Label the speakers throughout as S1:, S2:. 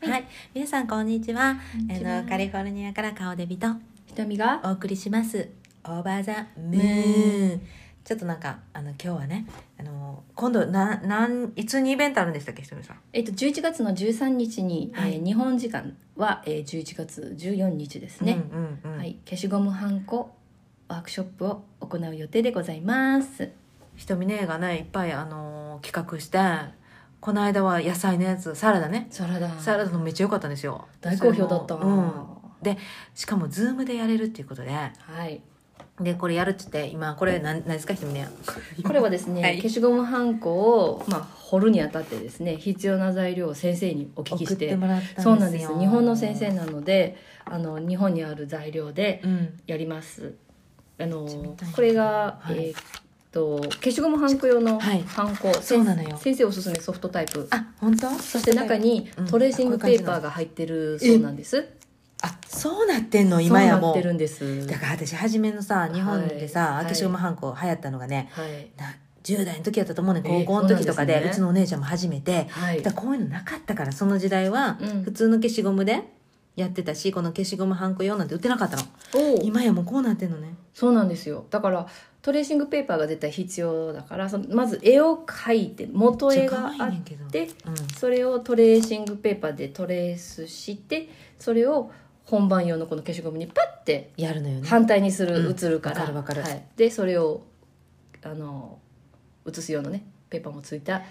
S1: はい、皆さんこんにちは。
S2: こんにちは
S1: あのカリフォルニアから顔デビと
S2: 瞳が
S1: お送りします。オーバーザム
S2: ム
S1: ーン。ちょっとなんかあの今日はね、あの今度ななんいつにイベントあるんでしたっけ、ひとみさん。
S2: えっと11月の13日に、
S1: はい
S2: えー日本時間は、えー、11月14日ですね、
S1: うんうんうん。
S2: はい、消しゴムはんこワークショップを行う予定でございます
S1: ひとみねがねいっぱいあの企画して、この間は野菜のやつサラダね。
S2: サラダ
S1: サラダのめっちゃ良かったんですよ。
S2: 大好評だった
S1: それもうん。でしかもズームでやれるっていうことで。
S2: はい、
S1: でこれやるって言って今これ何何ですかひとみね。
S2: これはですね、
S1: はい
S2: 消しゴムはんこを、まあ、掘るにあたってですね必要な材料を先生にお聞
S1: 送
S2: きし
S1: っててもらったんですよ。
S2: そうなんです日本の先生なのであの日本にある材料で
S1: うん。
S2: やりますあの
S1: ちょっと見たいな
S2: これが、
S1: はい
S2: えーっと消しゴムはんこ用の
S1: はい
S2: はんこ、
S1: そうなのよ
S2: 先生おすすめソフトタイプ
S1: あ本当
S2: そして中に
S1: うん
S2: トレーシングペーパーが入ってるそうなんです、
S1: あそうなってんの今やも
S2: そうなってる
S1: うん
S2: です
S1: だから私初めのさ日本でさ、
S2: はい
S1: 明けしゴムはんこ流行ったのがね、
S2: はい
S1: な10代の時やったと思うね
S2: えー
S1: 高校の時とかで,、
S2: そううなんですね
S1: ちのお姉ちゃんも初めて
S2: はい
S1: だからこういうのなかったからその時代は
S2: うん
S1: 普通の消しゴムでやってたしこの消しゴムはんこ用なんて売ってなかったの
S2: おう
S1: 今やもうこうなってんのね
S2: そうなんですよだからトレーシングペーパーが絶対必要だからそのまず絵を描いて元絵が
S1: 可
S2: あ
S1: 愛い
S2: っ
S1: ねんけど
S2: て
S1: うん
S2: それをトレーシングペーパーでトレースしてそれを本番用のこの消しゴムにパッて
S1: やるのよね
S2: 反対にす
S1: う
S2: る
S1: ん
S2: 映るから、
S1: わかるわかる
S2: はい、でそれをあの映す用のねペーパーもついた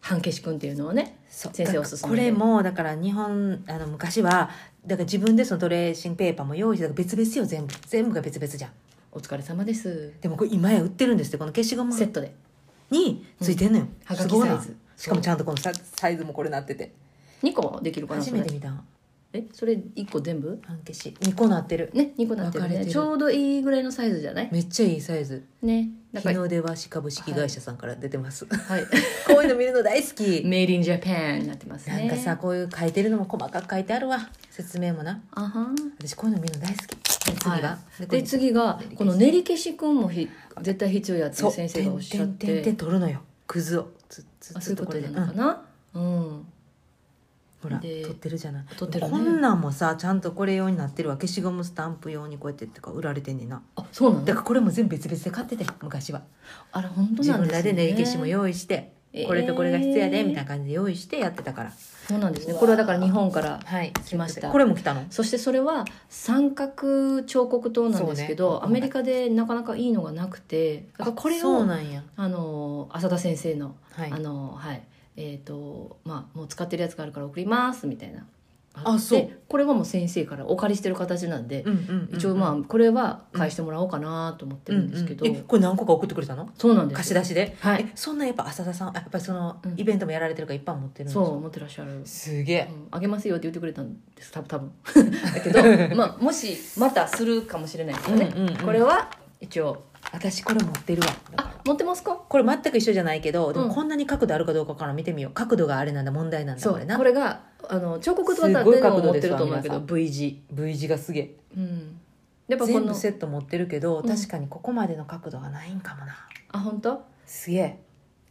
S2: 半消し君っていうのをね
S1: そう
S2: 先生おすす
S1: だ
S2: め
S1: からこれもだから日本あの昔はだから自分でそのトレーシングペーパーも用意してだから別々よ全部全部が別々じゃん
S2: お疲れ様です
S1: でもこれ今や売ってるんですってこの消しゴム
S2: セットで
S1: についてんのよ、
S2: は
S1: す
S2: がき
S1: ごい
S2: サ
S1: な
S2: イズ
S1: しかもちゃんとこのササイズもこれなってて
S2: 2個できるかな
S1: 初
S2: そ
S1: め
S2: れ
S1: て見た
S2: えそれ1個全部
S1: 半消し2個なってる
S2: ね2個なってる
S1: 分かれ
S2: ね
S1: てる
S2: ちょうどいいぐらいのサイズじゃない
S1: めっちゃいいサイズ
S2: ねなんか
S1: 日の出和紙株式会社さんから出てます、
S2: はい
S1: こういうの見るの大好き
S2: メイリンジャパンになってます
S1: な
S2: ね
S1: んかさこういう書いてるのも細かく書いてあるわ説明もな
S2: あはん
S1: 私こういうの見るの大好きで次が、
S2: はい、
S1: これ練り消し
S2: で次がこの練り消し君もひ絶対必要やって
S1: そう
S2: 先生がおっしゃって
S1: 点々点々取るのよくずをつつ
S2: あ
S1: つ
S2: そういうこと
S1: で
S2: なのかなうん
S1: ほら
S2: で
S1: 取ってるじゃない
S2: 取ってるね
S1: こんなんもさちゃんとこれ用になってるわ消しゴムスタンプ用にこうやってとか売られてんねんな
S2: あそうなの
S1: だからこれも全部別々で買ってて昔は
S2: あれ本当
S1: 自
S2: なん
S1: 分
S2: で
S1: ら
S2: す
S1: で
S2: ね
S1: 練り消しも用意して、
S2: えー
S1: これとこれが必要やでみたいな感じで用意してやってたから
S2: そうなんですねこれはだから日本から
S1: はい
S2: 来ました
S1: これも来たの
S2: そしてそれは三角彫刻刀なんですけ
S1: そう
S2: ど、
S1: ね
S2: アメリカでなかなかいいのがなくてだからこれ
S1: そう
S2: を
S1: なんや
S2: あの浅田先生の
S1: はい
S2: あのはいえっ、とまあもう使ってるやつがあるから送りますみたいな
S1: あそう
S2: でこれはもう先生からお借りしてる形なんで、
S1: うんうんうん
S2: 一応まあこれは返してもらおうかなと思ってるんですけど、
S1: うんうんえこれ何個か送ってくれたの
S2: そうなんです
S1: 貸し出しで、
S2: はい
S1: えそんなやっぱ浅田さんあやっぱりその
S2: うん
S1: イベントもやられてるからいっぱい持ってるんです
S2: そう
S1: か
S2: 思ってらっしゃる
S1: すげえ
S2: うんあげますよって言ってくれたんです多分多分 だけ ど、まあ、もしまたするかもしれないですよね、
S1: うんうんうん
S2: これは一応
S1: 私これ持ってるわ
S2: あ持ってますか
S1: これ全く一緒じゃないけどで
S2: うん
S1: もこんなに角度あるかどうかから見てみよう角度があれなんだ問題なんだ
S2: そ
S1: これ
S2: う
S1: な
S2: これがあの彫刻とは
S1: すごい
S2: 誰でも
S1: 角
S2: 持
S1: 度
S2: って
S1: です
S2: る
S1: わ
S2: と思うけど
S1: 皆
S2: V 字、
S1: V 字がすげえ
S2: うん、やっぱこ
S1: 全部
S2: の
S1: セット持ってるけど、
S2: うん
S1: 確かにここまでの角度がないんかもな
S2: あ本当
S1: すげえ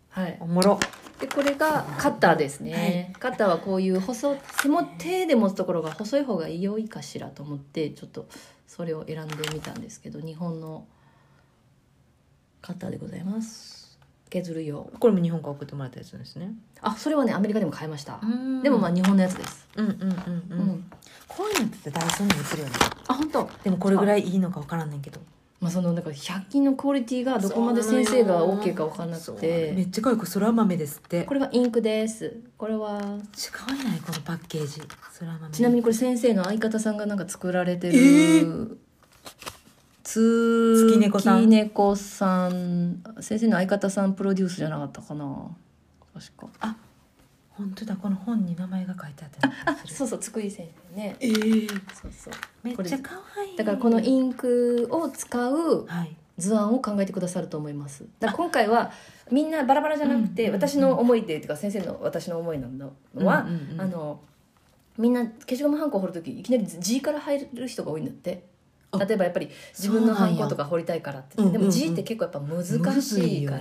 S2: はい
S1: おもろ
S2: でこれがカッターですね、カッターはこういう細手も手で持つところが細い方が良いかしらと思ってちょっとそれを選んでみたんですけど日本のカッターでございます削るよう
S1: これも日本から送ってもらったやつなんですね
S2: あそれはねアメリカでも買いました
S1: ん
S2: でもまあ日本のやつです
S1: うんうんうん
S2: う、
S1: うんん、こういうのってダイソーにも売ってるよね
S2: あ本当
S1: でもこれぐらいいいのか分からんねんけど
S2: まあそのだから100均のクオリティがどこまで先生が OK か分からなく
S1: そうなのよめ
S2: て
S1: っちゃかわいいこれ空豆ですって
S2: これはインクですこれは
S1: ちかわいないこのパッケージ空豆
S2: ちなみにこれ先生の相方さんがなんか作られてる、
S1: え
S2: つ
S1: 月猫さん
S2: 月猫さん先生の相方さんプロデュースじゃなかったかな確か
S1: 本当だこの本に名前が書いてあったり
S2: あ
S1: する
S2: そうそうつくい先生ね
S1: えー、
S2: そうそう
S1: めっちゃかわいい
S2: だからこのインクを使う
S1: はい
S2: 図案を考えてくださると思いますだから今回はみんなバラバラじゃなくて、
S1: うん
S2: 私の思いでっていうか先生の私の思いなんだのは、
S1: うんうんうん
S2: あのみんな消しゴムハンコを彫る時いきなり字から入る人が多いんだって
S1: あ
S2: 例えばやっぱり自分のハンコと
S1: そうなん
S2: か彫りたいからって言って
S1: うん
S2: で
S1: うんう
S2: も
S1: ん
S2: 字って結構やっぱ難しいから、
S1: むずいよ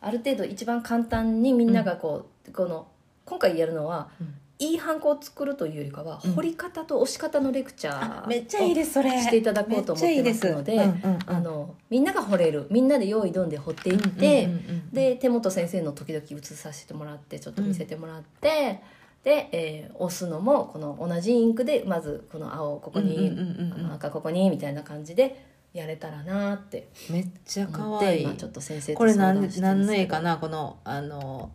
S2: ある程度一番簡単にみんながこう、この今回やるのは
S1: うん
S2: いいハンコを作るというよりかは、
S1: うん
S2: 彫り方と押し方のレクチャ
S1: あ
S2: ー
S1: めっちゃいいですそれ
S2: していただこうと思ってますので
S1: めっちゃいいすうんうんうん
S2: あのみんなが掘れるみんなで用意どんで掘っていって、
S1: うんうんうんうん
S2: で手元先生の時々写させてもらってちょっと見せてもらって、で、えー押すのもこの同じインクでまずこの青ここに、
S1: うんうんうんうん
S2: あの赤ここにみたいな感じでやれたらなって
S1: めっちゃ
S2: 思
S1: 可
S2: って
S1: 愛
S2: 今
S1: い
S2: ちょっと先生と
S1: これ
S2: 相
S1: な
S2: 談
S1: ん
S2: してるん
S1: 何
S2: です
S1: の
S2: け
S1: 絵
S2: ど
S1: かなこのあの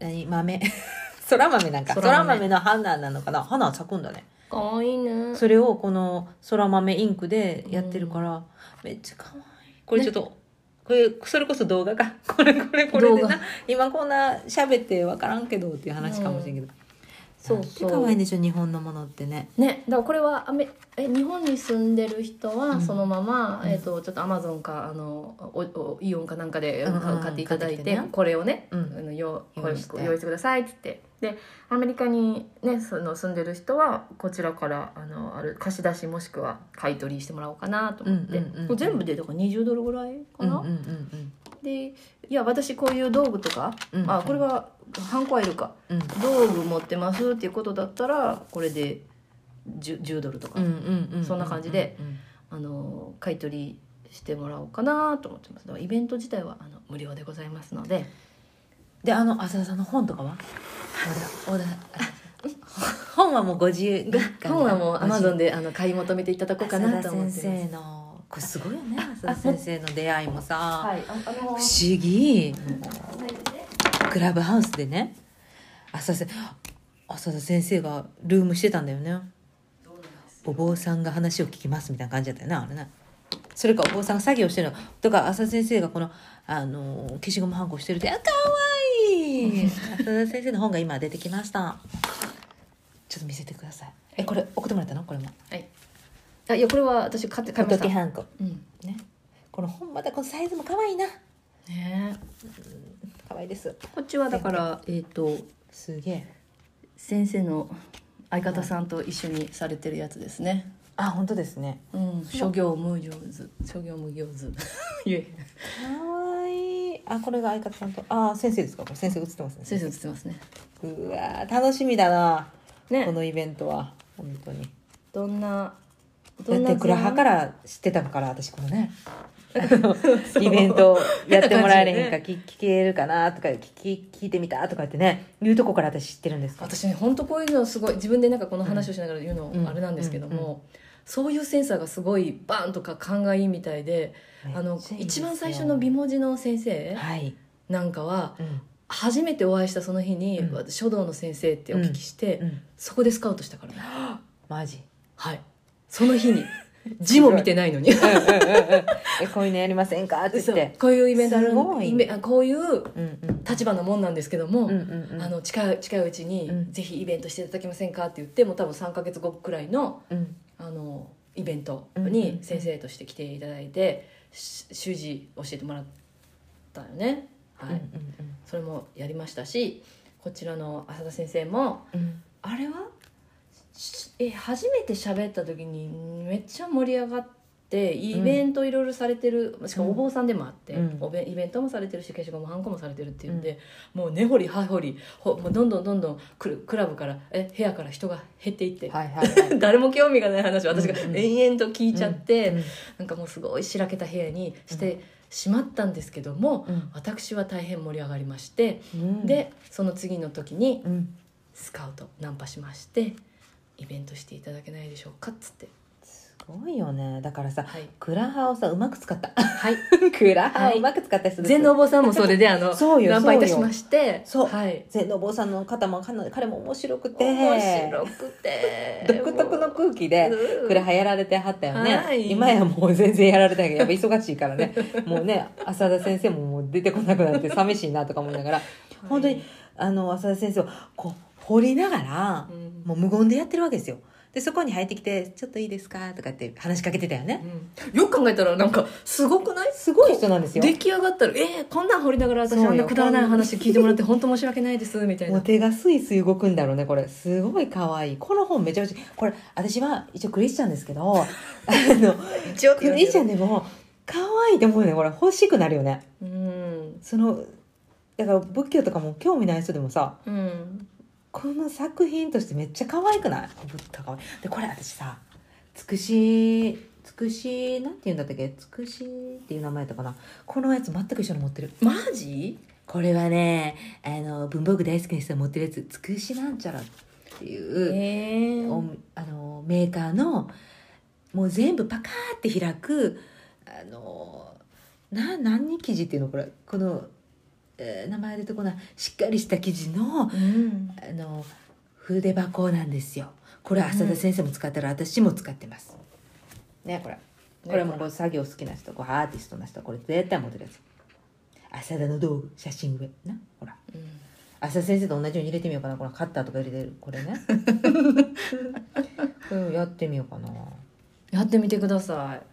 S1: 何豆 そら豆なんかそ
S2: そ
S1: ら
S2: ら豆
S1: 豆の花なのかな花咲くんだね
S2: かわいいね
S1: それをこのそら豆インクでやってるから、めっちゃ可愛いこれちょっと、これそれこそ動画かこれこれこれで
S2: 動
S1: な
S2: 画
S1: 今こんな喋って分からんけどっていう話かもしれんけど、
S2: そう
S1: なんて
S2: そう
S1: 可愛いんでしょ日本のものってね
S2: ね、だからこれはアメえ日本に住んでる人
S1: う
S2: は
S1: ん
S2: そのまま、
S1: うん
S2: えっとちょっとアマゾンかあのおおイオンかなんかで
S1: うんうん
S2: 買買っていただいて,、
S1: 買ってきてね
S2: これをね、
S1: うん
S2: あのよ
S1: 用
S2: これ
S1: 意して
S2: 用意してくださいって言ってでアメリカに、ね、その住んでる人はこちらからあのある貸し出しもしくは買い取りしてもらおうかなと思って、
S1: うんうんうんうん
S2: もう全部でだから20ドルぐらいか
S1: うんうん
S2: な、
S1: うんうん
S2: でいや私こういう道具とか、
S1: うん
S2: あこれはハンコはいるか
S1: うん
S2: 道具持ってますっていうことだったらこれで 10, 10ドルとか、
S1: うんうんうん
S2: そんな感じで
S1: うんうん
S2: あの買い取りしてもらおうかなと思ってますだからイベント自体はあの無料でございますので
S1: であの浅田さんの本とかはまだまだ 本はもう50が
S2: 本はもうアマゾン
S1: で
S2: であの買い求めていただこうかなと思っ
S1: 浅田
S2: てます
S1: 先生のこれすごいよね浅田先生の出会いもさ、
S2: はいああ
S1: 不
S2: の
S1: 思議クラブハウスでね浅田せ浅田先生がルームしてたんだよねお坊さんが話を聞きますみたいな感じだったよねあれねそれかお坊さんが作業してるのとか浅田先生がこのあの消しゴムはんこしてるってあかわいい浅田先生の本が今出てきましたちょっと見せてくださいえこれ送ってもらったのこれも
S2: はいあいやこれは私買って買いまし
S1: 仏
S2: た
S1: はんこ
S2: うん
S1: ねこの本またこのサイズも可愛いな
S2: ね
S1: 可愛いです
S2: こっちはだからえっ、と
S1: すげえ
S2: 先生の相方さんと一緒にされてるやつですね
S1: あ本当ですね
S2: うん諸行無行図諸行無行 図言え
S1: 可愛いあこれが相方さんとあー先生ですかこれ先生映ってますね
S2: 先生映ってますね
S1: うわー楽しみだな、
S2: ね
S1: このイベントは本当に
S2: どんな
S1: だってクラハ からら知ってたから私このねイベントやってもらえれへ んか、
S2: 変な
S1: 聞聞けるかなとか聞き聞いてみたとかってね言うとこから私知ってるんですか
S2: 私ね本当こういうのすごい自分でなんかこの話をしながら言うの
S1: うん
S2: あれなんですけども、
S1: うんうん
S2: そういうセンサーがすごいバーンとか勘がいいみたいであの
S1: めっちゃいいです
S2: 一
S1: よ
S2: 番最初の美文字の先生
S1: はい、
S2: なんかは
S1: うん
S2: 初めてお会いしたその日に、
S1: うん
S2: 書道の先生ってお聞きして、
S1: うん、
S2: そこでスカウトしたからね
S1: マジ
S2: はいその 日に字も見てないのに
S1: うんうんうんうんえこういうのやりませんかって言っ
S2: そう
S1: て
S2: こういうイベントある
S1: すごい
S2: イベあこういう
S1: うんうん
S2: 立場のもんなんですけども、
S1: うんうんうん
S2: あの近い近いうちに、
S1: うん
S2: ぜひイベントしていただけませんかって言ってもう多分3か月後くらいの
S1: うん
S2: あのイベント
S1: うんうん
S2: に
S1: うん
S2: 先生として来ていただいて、し習字教えてもらったよね、はい
S1: うんうん
S2: それもやりましたしこちらの浅田先生も
S1: うんうん
S2: あれはしえ初めて喋った時にめっちゃ盛り上がってイベントいろいろされてる、しかもお坊さんでもあって、
S1: うん
S2: おべイベントもされてるし消しゴムはんこもされてるっていうんで、もう根掘り葉掘りほもうどんどんどんどんクルクラブからえ部屋から人が減っていって、
S1: はいはいはい
S2: 誰も興味がない話を私が
S1: うんうん
S2: 延々と聞いちゃって、
S1: うん
S2: なんかもうすごいしらけた部屋にしてしまったんですけども、
S1: うん
S2: 私は大変盛り上がりまして、
S1: うん、
S2: でその次の時に
S1: うん、
S2: スカウトナンパしましてイベントしていただけないでしょうかっつって
S1: すごいよねだからさ
S2: はい
S1: クラハをさうまく使った
S2: はい
S1: クラハ
S2: は
S1: を
S2: いう
S1: まく使った人です
S2: 全能坊さんもそれであの
S1: そうよ
S2: ナンパいたしまして
S1: そうよそう
S2: はい
S1: 全の坊さんの方もかな彼も面白くて
S2: 面白くて
S1: 独特の空気で
S2: うん
S1: クラハやられてはったよね、
S2: はい
S1: 今やもう全然やられてないけどやっぱ忙しいからね もうね浅田先生ももう出てこなくなって寂しいなとか思いながら、本当にあの浅田先生をこう掘りながら、
S2: うん
S1: もう無言でやってるわけですよでそこに入ってきて「ちょっといいですか?」とかって話しかけてたよね、
S2: うんよく考えたらなんかすごくない
S1: すごい人なんですよ
S2: 出来上がったら「えー、こんなん掘りながら私
S1: そうよ
S2: あんなくだらない話聞いてもらって本当申し訳ないです」みたい
S1: もう
S2: な。
S1: 手がスイスイ動くんだろうねこれすごい可愛いこの本めちゃめちゃこれ私は一応クリスチャンですけどあの
S2: 一応
S1: クリスチャンでも可愛いと思うよねこれ欲しくなるよね
S2: うん、
S1: そのだから仏教とかも興味ない人でもさ
S2: うん、
S1: この作品としてめっちゃ可愛くないぶった可愛いでこれ私さつくしつくしなんて言うんだったっけつくしっていう名前だったかなこのやつ全く一緒に持ってる
S2: マジ
S1: これはねあの文房具大好きな人が持ってるやつつくしなんちゃらっていう、
S2: ええ
S1: おあのメーカーのもう全部パカーって開くあのな何生地っていうのこれこの、えー名前出てこないしっかりした生地の
S2: うん、
S1: あの筆箱なんですよこれ浅田先生も使ったら私も使ってます、ねこれこれもこう作業好きな人こうアーティストな人これ絶対持ってるやつ浅田の道具写真上なほら
S2: うん
S1: 浅田先生と同じように入れてみようかなこのカッターとか入れてるこれ ねこれやってみようかな
S2: やってみてください。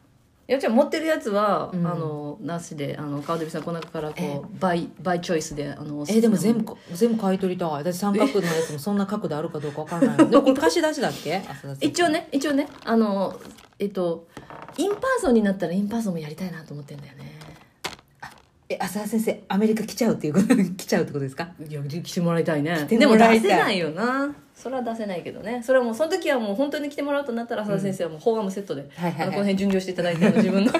S2: いやじゃあ持ってるやつは、
S1: うん
S2: あのなしであの川鳥さんこの中から
S1: え
S2: こうバイバイチョイスであのおす
S1: え
S2: すめ
S1: でも
S2: の
S1: 全部こ全部買い取りたい私三角のやつもそんな角度あるかどうかわからないで もこれ貸し出しだっけ浅田先生
S2: 一応ね一応ねあのえっとインパーソンになったらインパーソンもやりたいなと思ってんだよね。
S1: え浅田先生アメリカ来ちゃうっていうこと来ちゃうってことですか
S2: いや来てもらいたいね
S1: 来て
S2: で
S1: も
S2: も
S1: らいたい
S2: 出せないよなそれは出せないけどねそれはもうその時はもう本当に来てもらうとなったら浅田先生はもう方眼もセットで、
S1: はいはい
S2: あのこの
S1: はい
S2: 辺順序していただいてあの自分の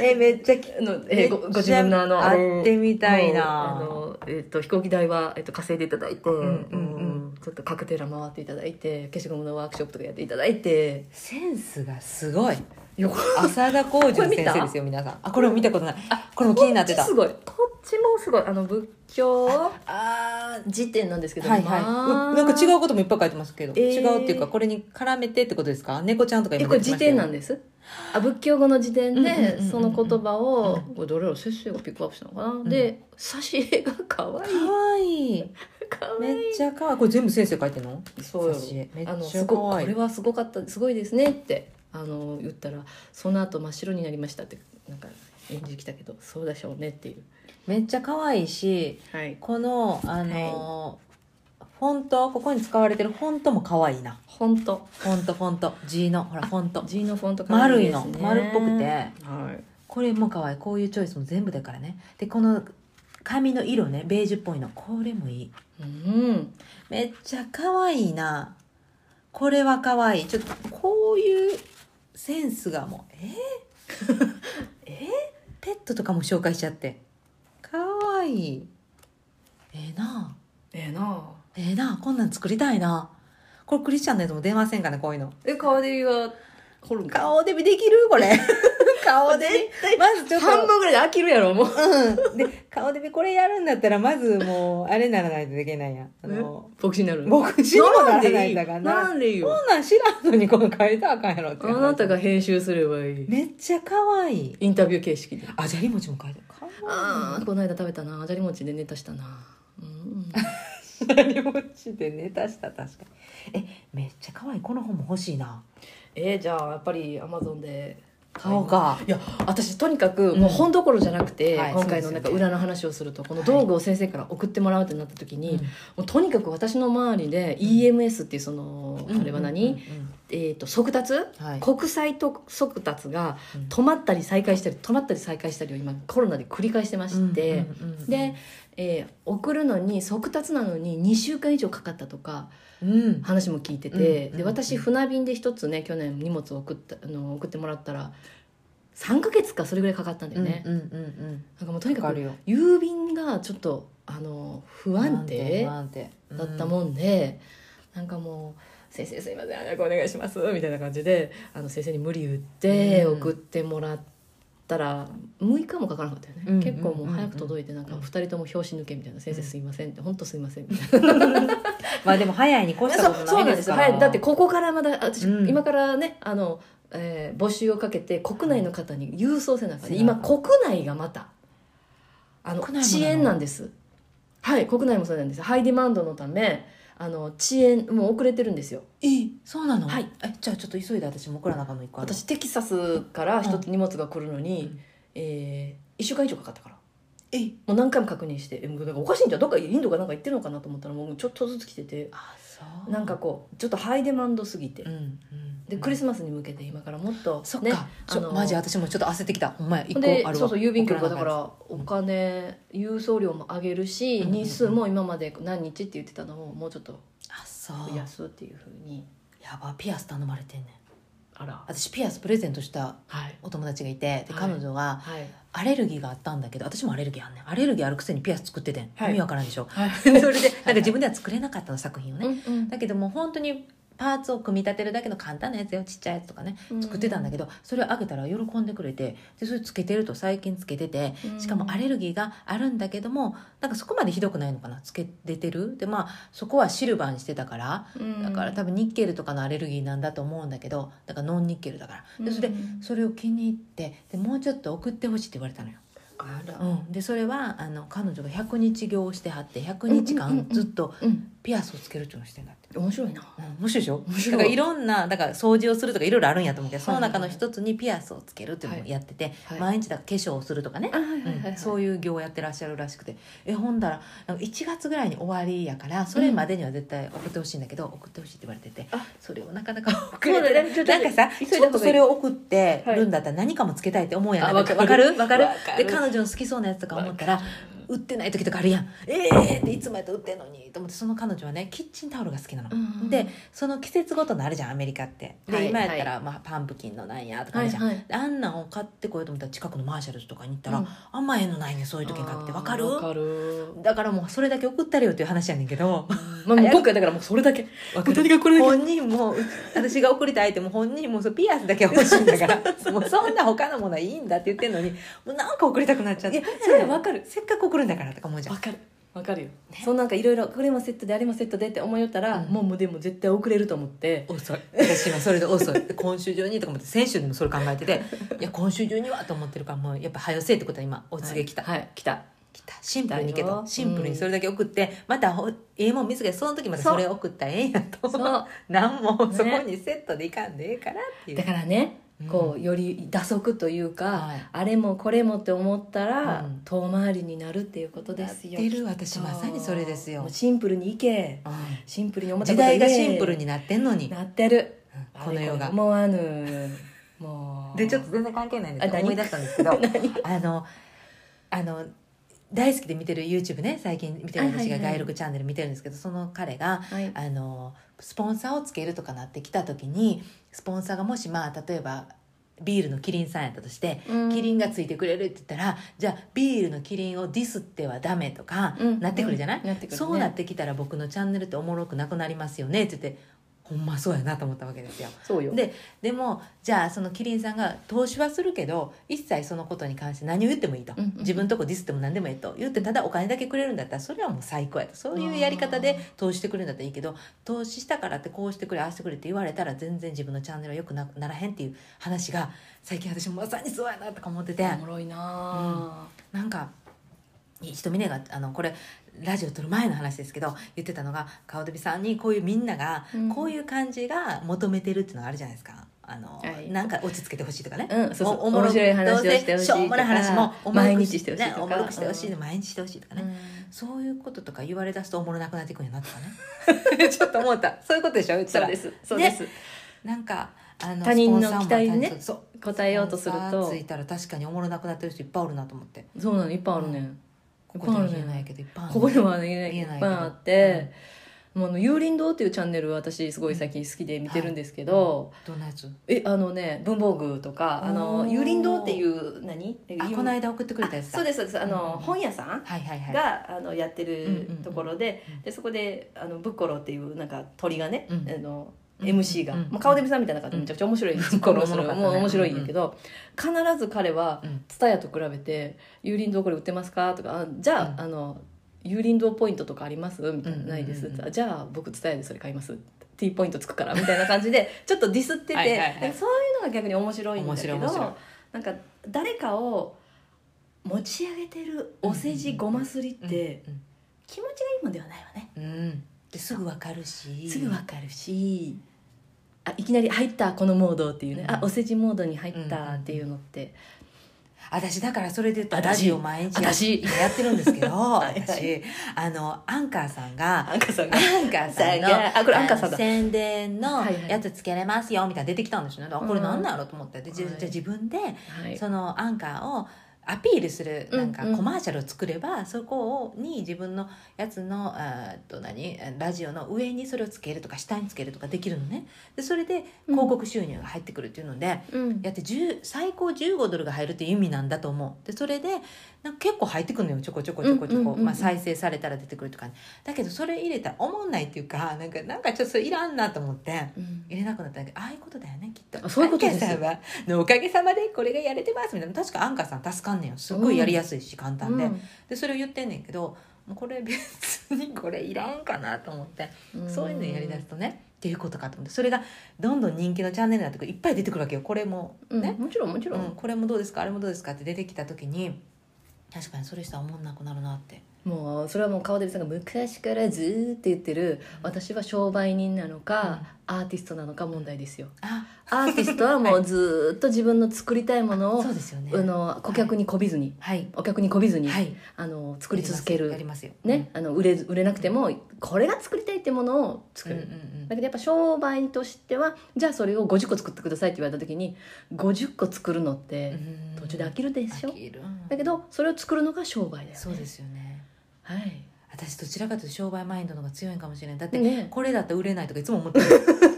S1: えめっちゃき
S2: あの、えーごご自分のあの
S1: 会ってみたいな
S2: あの、えっと飛行機代は、えっと稼いでいただいて、
S1: んうんうん
S2: ちょっとカクテラ回っていただいて消しゴムのワークショップとかやっていただいて
S1: センスがすごい
S2: いやこ
S1: 浅田浩二の先生
S2: これ
S1: で
S2: 見
S1: すよ皆さんあこれも見たことないあこれも気になっ
S2: ってち
S1: た
S2: すごいこっちもすごいあの仏教
S1: あ
S2: 辞典なんですけ
S1: ー
S2: ど、
S1: はいはい、
S2: まあ
S1: うなんか違うこともいっぱい書いてますけど、
S2: えー
S1: 違うっていうかこれに絡めてってことですか猫ちゃんとか
S2: えこれ
S1: 出て
S2: 辞
S1: ましたよ
S2: 典なんですあ仏教語の辞典
S1: うんうんうんうん
S2: でその言葉を
S1: う
S2: これどれを先生がピックアップしたのかな、
S1: ん
S2: で挿絵が可愛い
S1: かわいい
S2: 可愛
S1: め
S2: い
S1: っちゃかわいいこれ全部先生書いてるの
S2: そうよ
S1: 挿絵めっちゃ
S2: あのすご
S1: 可愛
S2: い
S1: い
S2: これはすごかったすごいですねってあの言ったらその後真っ白になりましたってなんか演じてきたけどそうでしょうねっていう
S1: めっちゃかわいいし
S2: はい
S1: このあのーフォントここに使われてるフォントもかわいいな
S2: 本当
S1: フォントフォント G のほらフォント
S2: G のフォント可
S1: 丸
S2: 愛
S1: いの丸っぽくて
S2: はい
S1: これも可愛いこういうチョイスも全部だからねでこの髪の色ねベージュっぽいのこれもいい
S2: うん
S1: めっちゃ可愛いなこれは可愛いちょっとこういうセンスがもうえー、えー ペットとかも紹介しちゃって可愛いええな
S2: ええな
S1: ええなこんなん作りたいなこれクリスチャンのやつも出ませんかねこういうの
S2: え顔では掘るんか
S1: 顔デビできるこ れ顔デ
S2: 絶
S1: ビ
S2: 対
S1: まずちょっと
S2: 半分ぐらいで飽きるやろもう
S1: うん、で顔でこれやるんだったらまずもうあれならないといけないやんあの
S2: 牧師になる
S1: 牧師にもなら
S2: ん
S1: な
S2: でい
S1: いん
S2: い
S1: だからな
S2: なんでいい
S1: こ
S2: よ
S1: んなん知らんのにこの変えたらあかんやろって
S2: あなたが編集すればいい
S1: めっちゃ可愛い
S2: インタビュー形式で
S1: あじゃり餅も変えてるか
S2: ああこの間食べたなあじゃり餅でネタしたなうん
S1: じゃり餅でネタした確かにえめっちゃ可愛いこの本も欲しいな
S2: えー、じゃあやっぱりアマゾンで
S1: 顔が
S2: いや私とにか
S1: う
S2: く
S1: ん
S2: もう本どころじゃなくて、
S1: はい
S2: 今回
S1: そ
S2: の
S1: うで
S2: なん
S1: す
S2: か
S1: よね
S2: 裏の話をするとこの
S1: はい
S2: 道具を先生から送ってもらうってなった時に、
S1: うん
S2: もうとにかく私の周りで EMS っていうその、あれは何、
S1: うんうん
S2: えー、と速達、
S1: うんはい
S2: 国際と速達が
S1: うん
S2: 止まったり再開したり止まったり再開したりを今コロナで繰り返してまして、
S1: うんうんうん
S2: で、えー送るのに速達なのに2週間以上かかったとか
S1: うん
S2: 話も聞いてて、
S1: うんうん
S2: で私船便で一つね去年荷物を送ったあの送ってもらったら3ヶ月かそれぐらいかかったんだよね、
S1: うんうんうんうん
S2: なんかもうとに
S1: わか
S2: か
S1: る
S2: く
S1: よ
S2: 郵便がちょっとあの不安定
S1: なんて
S2: だった
S1: ん
S2: もんで、なんかもう「先生すいません早くお願いします」みたいな感じであの先生に無理言って
S1: うん
S2: 送ってもらったら6日もかからなかったよね、
S1: うん
S2: 結構も
S1: うん
S2: う早く届いてなんか2人とも拍子抜けみたいな「先生すいません」って「本当すいません」みたいな。
S1: まあでも早いに越したこと
S2: そ
S1: な
S2: うないん
S1: で
S2: ですすよ、
S1: から
S2: はい、だってここからまだ私、
S1: うん
S2: 今からねあの、えー募集をかけて国内の方に郵送せなあかんで
S1: せな
S2: 今
S1: あ
S2: 国内がまたあの
S1: 国内もなの
S2: 遅延なんですはい国内もそうなんですハイディマンドのためあの遅延もう遅れてるんですよ
S1: えそうなの
S2: はい
S1: えじゃあちょっと急いで私も送らなあかんの一個ある
S2: 私テキサスから一つ荷物が来るのに、
S1: うん
S2: え1週間以上かかったから
S1: え
S2: もう何回も確認してえもうなんかおかしいんじゃんどっかインドかなんか行ってるのかなと思ったらもうちょっとずつ来てて
S1: あそう
S2: なんかこうちょっとハイディマンドすぎて
S1: うんうん
S2: でクリスマスに向けて今からもっと、ね、
S1: そっか、ちょ
S2: あの
S1: マジ私もちょっと焦ってきたほんまや一個
S2: で
S1: あるわ
S2: そうそう郵便局がだか
S1: 送
S2: らお金、郵送料も上げるし、
S1: うんうんうん
S2: 日数も今まで何日って言ってたのをもうちょっと
S1: なあかんやつあそう
S2: 増やすっていうふうに
S1: やばピアス頼まれてんねん
S2: あら
S1: 私ピアスプレゼントした
S2: はい
S1: お友達がいてで
S2: はい
S1: 彼女が
S2: はい
S1: アレルギーがあったんだけど私もアレルギーあんねんアレルギーあるくせにピアス作っててん、
S2: はい
S1: 意味わからんでし ょ
S2: はい
S1: それでなんか自分では作れなかったの作品をね、
S2: うんうん
S1: だけどもう本当にパーツを組み立てるだけの簡単なやつよちっちゃいやつとかね作ってたんだけど、それをあげたら喜んでくれてでそれつけてると最近つけてて
S2: うん
S1: しかもアレルギーがあるんだけどもなんかそこまでひどくないのかなつけ出てるでまあそこはシルバーにしてたから
S2: うん
S1: だから多分ニッケルとかのアレルギーなんだと思うんだけどだからノンニッケルだからでそれ
S2: う
S1: で
S2: ん
S1: それを気に入ってでもうちょっと送ってほしいって言われたのよ。
S2: あら
S1: うん、でそれはあの彼女が100日行をしてはって100日
S2: うんうんうん
S1: 間
S2: うん
S1: ずっと
S2: うん
S1: ピアスをつけるっていうのをしてんだって。
S2: 面白いな
S1: うん面白いでしょ
S2: 面白い
S1: だからいろんなだから掃除をするとかいろいろあるんやと思うけど
S2: は
S1: そ
S2: い
S1: の中の一つにピアスをつけるっていうのをやってて、
S2: はい
S1: 毎日だから化粧をするとかね、
S2: あはいはい
S1: うん
S2: そ
S1: そうう
S2: いう
S1: いう業をやってらっしゃるらしくてえほんだらなんか1月ぐらいに終わりやからそれまでには絶対送ってほしいんだけど、送ってほしいって言われてて
S2: あ
S1: それをなかなか 送
S2: そうだ
S1: れ
S2: ね
S1: て
S2: ちょっと
S1: なんかさ
S2: 急い
S1: ち
S2: だ
S1: ょ
S2: 方がいい
S1: っとそれを送ってるんだったら何かもつけたいって思うやん
S2: あ
S1: なんわかるわかる
S2: わかる
S1: で彼女の好きそうなやつとか思ったら売ってない時とかあるやんええー、っていつもやったら売ってんのにと思ってその彼女はねキッチンタオルが好きなの。
S2: うん
S1: でその季節ごとのあるじゃんアメリカってで、
S2: はい
S1: 今やったら、まあ、パンプキンのなんやとかあ
S2: はい
S1: るじゃん、
S2: はい
S1: であんなんを買ってこようと思ったら近くのマーシャルズとかに行ったら、
S2: うん
S1: あんまええのないねんそういう時に買ってわかる
S2: わかる
S1: だからもうそれだけ送ったれよっていう話やねんけ ど
S2: まあもう今回だからもうそれだけ
S1: わかる
S2: もうとにかくこれだけ
S1: 本人もう私が送りたいっても本人もそうピアスだけは欲しいんだ からもうそんな他のものはいいんだって言ってんのにもうなんか送りたくなっちゃって
S2: いやそれわかる
S1: せっかく送るんだからとか思うじゃん
S2: わかるわかるよ、そうなんかいろいろこれもセットであれもセットでって思いよったら、
S1: うん
S2: もうもうでも絶対遅れると思って
S1: 遅い私今それで遅い今週中にとか思って先週でもそれ考えて ていや今週中にはと思ってるからもうやっぱ早せえってことは今お
S2: お
S1: 告げ来た、
S2: はい、来た
S1: 来たシンプルにけ
S2: 来た
S1: ど
S2: よ
S1: シンプルにそれだけ送って、またほええもん見つけてその時またそれ送ったらええんやと
S2: そう
S1: 何もそこにセットでいかんでええからっていう、
S2: だからね、
S1: うん
S2: こうより打足というか、
S1: はい
S2: あれもこれもって思ったら、
S1: うん
S2: 遠回りになるっていうことですよ
S1: やってる
S2: きっと
S1: 私まさにそれですよ
S2: もうシンプルにいけ
S1: うん
S2: シンプルに思った
S1: 時
S2: こと言え
S1: 代がシンプルになってんのに、
S2: なってる
S1: うんこの世が。
S2: 思 わぬもう
S1: でちょっと全然関係ないんですけ
S2: あ
S1: ど思
S2: 何
S1: い出したんですけど あのあの大好きで見てる YouTube ね最近見てる私が
S2: はいはいはい
S1: 外録チャンネル見てるんですけど、その彼が
S2: はい
S1: あのスポンサーをつけるとかなってきた時にスポンサーがもしまあ例えばビールのキリンさんやったとして、
S2: うん
S1: キリンがついてくれるって言ったらじゃあビールのキリンをディスってはダメとか、
S2: うん
S1: なってくるじゃない、
S2: うんなってくるね
S1: そうなってきたら僕のチャンネルっておもろくなくなりますよねって言ってほんまそうやなと思ったわけですよ。
S2: そうよ
S1: ででもじゃあそのキリンさんが投資はするけど一切そのことに関して何を言ってもいいと、
S2: うんうんうん
S1: 自分のとこディスっても何でもいいと言ってただお金だけくれるんだったらそれはもう最高やとそういうやり方で投資してくれるんだったらいいけど投資したからってこうしてくれああしてくれって言われたら全然自分のチャンネルはよくなならへんっていう話が最近私もまさにそうやなとか思ってて。
S2: おもろいなあ、
S1: なんかひとみねがあのこれラジオ撮る前の話ですけど言ってたのが顔とびさんにこういうみんなが、
S2: うん
S1: こういう感じが求めてるっていうのがあるじゃないですかあの、
S2: はい
S1: なんか落ち着けてほしいとかね、
S2: うんそうそう
S1: おおもろ
S2: 面白い話を
S1: どうせ
S2: してほしい
S1: しょうもない話も
S2: とか
S1: おもろく
S2: 毎日してほしいとか
S1: ね、おもろくしてほしい、
S2: う
S1: 毎日してほしいとか
S2: う
S1: ね、
S2: ん
S1: そういうこととか言われ出すとおもろなくなっていくんやなとか ねちょっと思ったそういうことでしょ言った
S2: そう
S1: ら
S2: ですそうです、
S1: なんかあの
S2: 他人の
S1: スポンサーも
S2: 期待にね
S1: 他人そう
S2: 答えようとす
S1: ス
S2: る
S1: ポン
S2: と
S1: サーついたら確かにおもろなくなってる人いっぱいおるなと思って
S2: そうなのいっぱいあるね、ん
S1: ここでは言えないけどいっぱいある
S2: ここではね
S1: 見
S2: い
S1: え
S2: っ
S1: な
S2: ぱ
S1: い
S2: い
S1: けど
S2: あって、もうあの幽林堂っていうチャンネルは私すごい最近好きで見てるんですけど、
S1: どんなやつ
S2: えあのね文房具とかあの
S1: おー
S2: 幽林堂っていう何
S1: あこの間送ってくれたやつだ
S2: そうですそうですあの、
S1: うん
S2: 本屋さん
S1: はいはいはい
S2: があのやって
S1: うん
S2: る
S1: うんうん
S2: ところで,、
S1: うん
S2: でそこであのブッコロっていうなんか鳥がね、
S1: うん
S2: あの
S1: うん
S2: MC が、
S1: うんうん
S2: まあ、顔で見さんみたいな感じでめちゃくちゃ面白い、
S1: うん
S2: ブッコロも
S1: ブッコロ面白かったね
S2: もう面白いんやけど、必ず彼は
S1: うん
S2: 蔦屋と比べて「油林堂これ売ってますか?」とかあ「じゃあ,、
S1: うん
S2: あの油林堂ポイントとかあります?」みた
S1: うんう
S2: いな
S1: んうんうん
S2: 「ないです」あじゃあ僕蔦屋でそれ買います」T ポイントつくからみたいな感じでちょっとディスってて
S1: はいはいはい
S2: なんかそういうのが逆に面白いんだけど
S1: 面白い面白い
S2: なんか誰かを持ち上げてるお世辞ごますりって気持ちがいいもんではないわね、
S1: うんうんですぐわかるし
S2: すぐわかるしあいきなり入ったこのモードっていうね、
S1: うん
S2: あお世辞モードに入ったっていうのって、
S1: 私だからそれで言ったらラ
S2: 私
S1: ジオ毎日や
S2: 私
S1: やってるんですけど
S2: い はい
S1: 私あのアンカーさんが
S2: アンカーさんが
S1: アンカーさんの
S2: あこれアンカーさんだ
S1: あの宣伝の
S2: はいはい
S1: やつつけれますよみたいなの出てきたんですよねだからこれ
S2: うん
S1: 何なんやろうと思ってでじじゃ
S2: はい
S1: あ自分で
S2: はい
S1: そのアンカーをアピールするなんか
S2: うんうん
S1: コマーシャルを作れば、そこに自分のやつのあーっと何ラジオの上にそれをつけるとか下につけるとかできるのねでそれで広告収入が入ってくるっていうので、
S2: うん
S1: やって10最高15ドルが入るっていう意味なんだと思うでそれでなんか結構入ってくるのよちょこちょこちょこちょ
S2: うんうん
S1: こ、
S2: うんうん
S1: まあ、再生されたら出てくるとか、ね、だけどそれ入れたら思んないっていうかなんかなんかちょっとそれいらんなと思って。
S2: うん
S1: 入れなくなっただけああいうことだよねきっと
S2: あそういうことですよ
S1: アンカーさんはのおかげさまでこれがやれてますみたいな確かアンカーさん助かんねんよすごいやりやすいし簡単で,、でそれを言ってんねんけどもうこれ別にこれいらんかなと思って、
S2: うん
S1: そういうのやりだすとねっていうことかと思ってそれがどんどん人気のチャンネルになってくるいっぱい出てくるわけよこれも
S2: うん
S1: ね、
S2: もちろんもちろ、
S1: うんん、これもどうですかあれもどうですかって出てきた時に確かにそれしたら思んなくなるなって
S2: もうそれはもう川出さんが昔からずーって言ってる私は商売人なのか、アーティストなのか問題ですよ
S1: あ
S2: アーティストはもうずーっと自分の作りたいものを、
S1: そうですよね
S2: あの顧客にこびずに、
S1: はい
S2: お客にこびずに、
S1: はい
S2: あの作り続ける
S1: やりますよ
S2: ね、あの売れず売れなくてもこれが作りたいってものを
S1: う
S2: 作
S1: んうん
S2: る、
S1: うんうん
S2: だけどやっぱ商売としてはじゃあそれを50個作ってくださいって言われた時に50個作るのって
S1: うん
S2: 途中で飽きるでしょ、
S1: 飽きる
S2: だけどそれを作るのが商売だよね
S1: そうですよね
S2: はい
S1: 私どちらかというと商売マインドの方が強いんかもしれないだって、
S2: ね
S1: これだったら売れないとかいつも思 ってる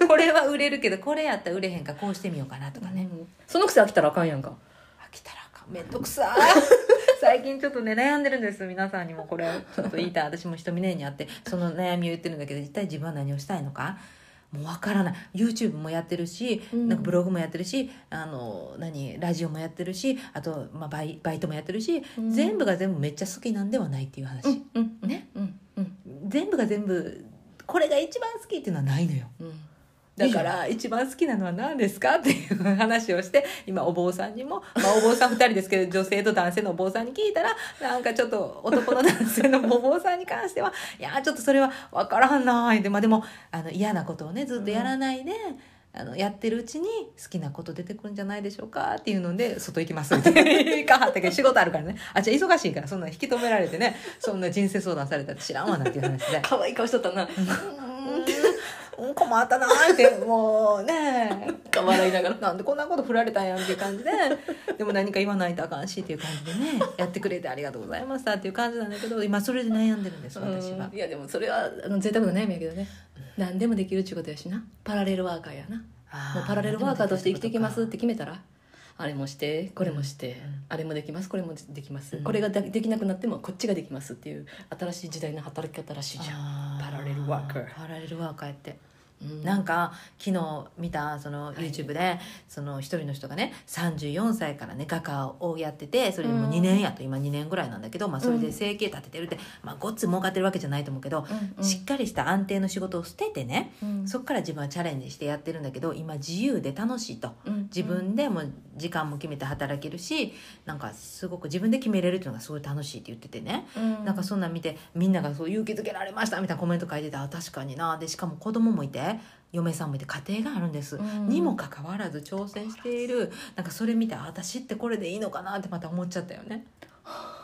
S1: これは売れるけどこれやったら売れへんからこうしてみようかなとかね、
S2: うんそのくせ飽きたらあかんやんか
S1: 飽きたらあかんめんどくさ 最近ちょっとね悩んでるんです皆さんにもこれをちょっと言いたい私も人見ねにあってその悩みを言ってるんだけど一体自分は何をしたいのかもうわからない YouTube もやってるし、
S2: うん
S1: なんかブログもやってるしあの何ラジオもやってるしあと、まあ、バイバイトもやってるし、
S2: うん
S1: 全部が全部めっちゃ好きなんではないっていう話、
S2: うん
S1: ね
S2: うんうん
S1: 全部が全部これが一番好きっていうのはないのよ
S2: うん
S1: だから一番好きなのは何ですかっていう話をして今お坊さんにも、まあ、お坊さん2人ですけど 女性と男性のお坊さんに聞いたらなんかちょっと男の男性の お坊さんに関してはいやちょっとそれは分からんなーで,、まあ、でもあの嫌なことをねずっとやらないで。あのやってるうちに好きなこと出てくるんじゃないでしょうかっていうので外 行きますって言かはったけど仕事あるからねあじゃあ忙しいからそんな引き止められてねそんな人生相談されたら知らんわなっていう話で
S2: 可愛い顔しとったな
S1: うん困ったなーってもうね
S2: か笑いながら
S1: なんでこんなこと振られたんやんっていう感じででも何か言わないとあかんしっていう感じでねやってくれてありがとうございましたっていう感じなんだけど今それで悩んでるんです私は
S2: うんいやでもそれはあの贅沢な悩みやけどね何でもできるっちゅうことやしなパラレルワーカーやなもうパラレルワーカーとして生きていきますって決めたらあれもしてこれもして、
S1: ん
S2: あれもできますこれもできます、
S1: うん
S2: これがでできなくなってもこっちができますっていう新しい時代の働き方らしいじゃん、
S1: あ
S2: パラレルワーカー
S1: パラレルワーカーやって
S2: うん
S1: なんか昨日見たその YouTube で、その一人の人がね34歳からね画家をやっててそれでもう2年やと今2年ぐらいなんだけど、まあ、それで生計立ててるって、まあ、ごっつ儲かってるわけじゃないと思うけど、
S2: うん
S1: しっかりした安定の仕事を捨ててね、
S2: うん
S1: そっから自分はチャレンジしてやってるんだけど今自由で楽しいと。
S2: うん
S1: 自分でもう時間も決めて働けるしなんかすごく自分で決めれるっていうのがすごい楽しいって言っててね、
S2: うん
S1: なんかそんなん見てみんながそう勇気づけられましたみたいなコメント書いてたあ確かになでしかも子供もいて嫁さんもいて家庭があるんです、
S2: うん
S1: にもかかわらず挑戦しているなんかそれ見てあ私ってこれでいいのかなってまた思っちゃったよね。